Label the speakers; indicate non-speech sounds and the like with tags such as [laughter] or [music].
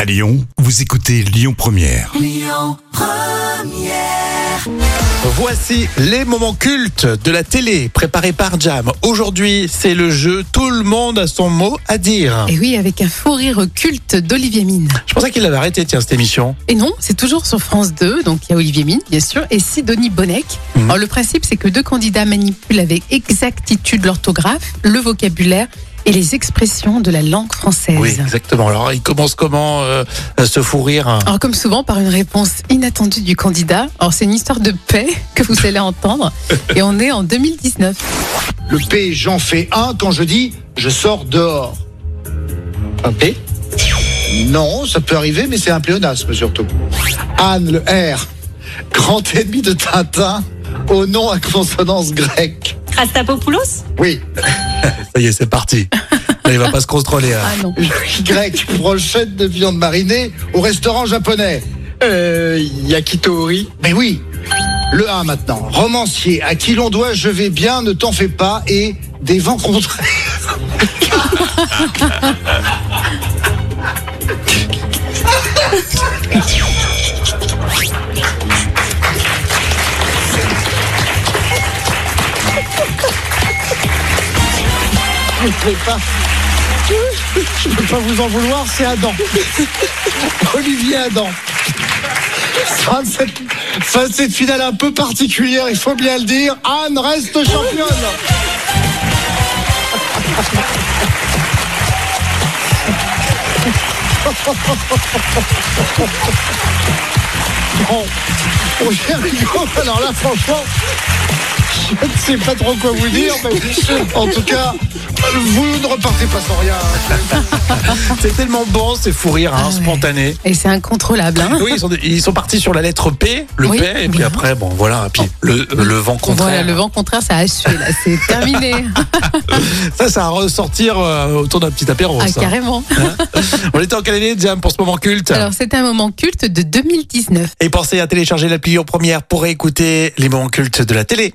Speaker 1: À Lyon, vous écoutez Lyon Première.
Speaker 2: Voici les moments cultes de la télé préparés par Jam. Aujourd'hui, c'est le jeu Tout le monde a son mot à dire.
Speaker 3: Et oui, avec un faux rire culte d'Olivier Mine.
Speaker 2: Je pensais qu'il avait arrêté, tiens, cette émission.
Speaker 3: Et non, c'est toujours sur France 2, donc il y a Olivier Mine, bien sûr, et Sidonie Bonnec.
Speaker 2: Mhm.
Speaker 3: Alors, le principe, c'est que deux candidats manipulent avec exactitude l'orthographe, le vocabulaire et les expressions de la langue française.
Speaker 2: Oui, exactement. Alors, il commence comment euh, à se fourrir hein
Speaker 3: Alors, comme souvent, par une réponse inattendue du candidat. Alors, c'est une histoire de paix [laughs] que vous allez entendre. Et on est en 2019.
Speaker 4: Le P, j'en fais un quand je dis je sors dehors.
Speaker 2: Un P
Speaker 4: Non, ça peut arriver, mais c'est un pléonasme surtout. Anne, le R, grand ennemi de Tintin, au nom à consonance grecque.
Speaker 5: Rastapopoulos
Speaker 4: Oui,
Speaker 2: Ça y est, c'est parti. Là, il va pas se contrôler. hein.
Speaker 3: Ah non.
Speaker 4: [laughs] grec, brochette de viande marinée au restaurant japonais. Euh, yakitori. Mais oui, le A maintenant. Romancier, à qui l'on doit je vais bien, ne t'en fais pas, et des vents [laughs] contraires. Je ne peux pas. Je peux pas vous en vouloir, c'est Adam. [laughs] Olivier Adam. Fin de, cette, fin de cette finale un peu particulière, il faut bien le dire. Anne reste championne. [laughs] Bon, on vient rigoler. Alors là, franchement, je ne sais pas trop quoi vous dire, mais en tout cas, vous ne repartez pas sans rien.
Speaker 2: C'est tellement bon, ces fous rires hein,
Speaker 3: Ah ouais.
Speaker 2: spontanés.
Speaker 3: Et c'est incontrôlable, hein
Speaker 2: Oui, ils sont, ils sont partis sur la lettre P, le
Speaker 3: Oui,
Speaker 2: P, et puis
Speaker 3: voilà.
Speaker 2: après, bon, voilà, et puis le, le vent contraire.
Speaker 3: Voilà, le vent contraire, ça a sué, là. C'est
Speaker 2: [laughs]
Speaker 3: terminé.
Speaker 2: Ça, ça va ressortir euh, autour d'un petit apéro.
Speaker 3: ah,
Speaker 2: ça.
Speaker 3: carrément.
Speaker 2: On était en quelle année, Jam, pour ce moment culte
Speaker 3: Alors, c'est un moment culte de 2019.
Speaker 2: Et pensez à télécharger l'appli Lyon Première pour écouter les moments cultes de la télé.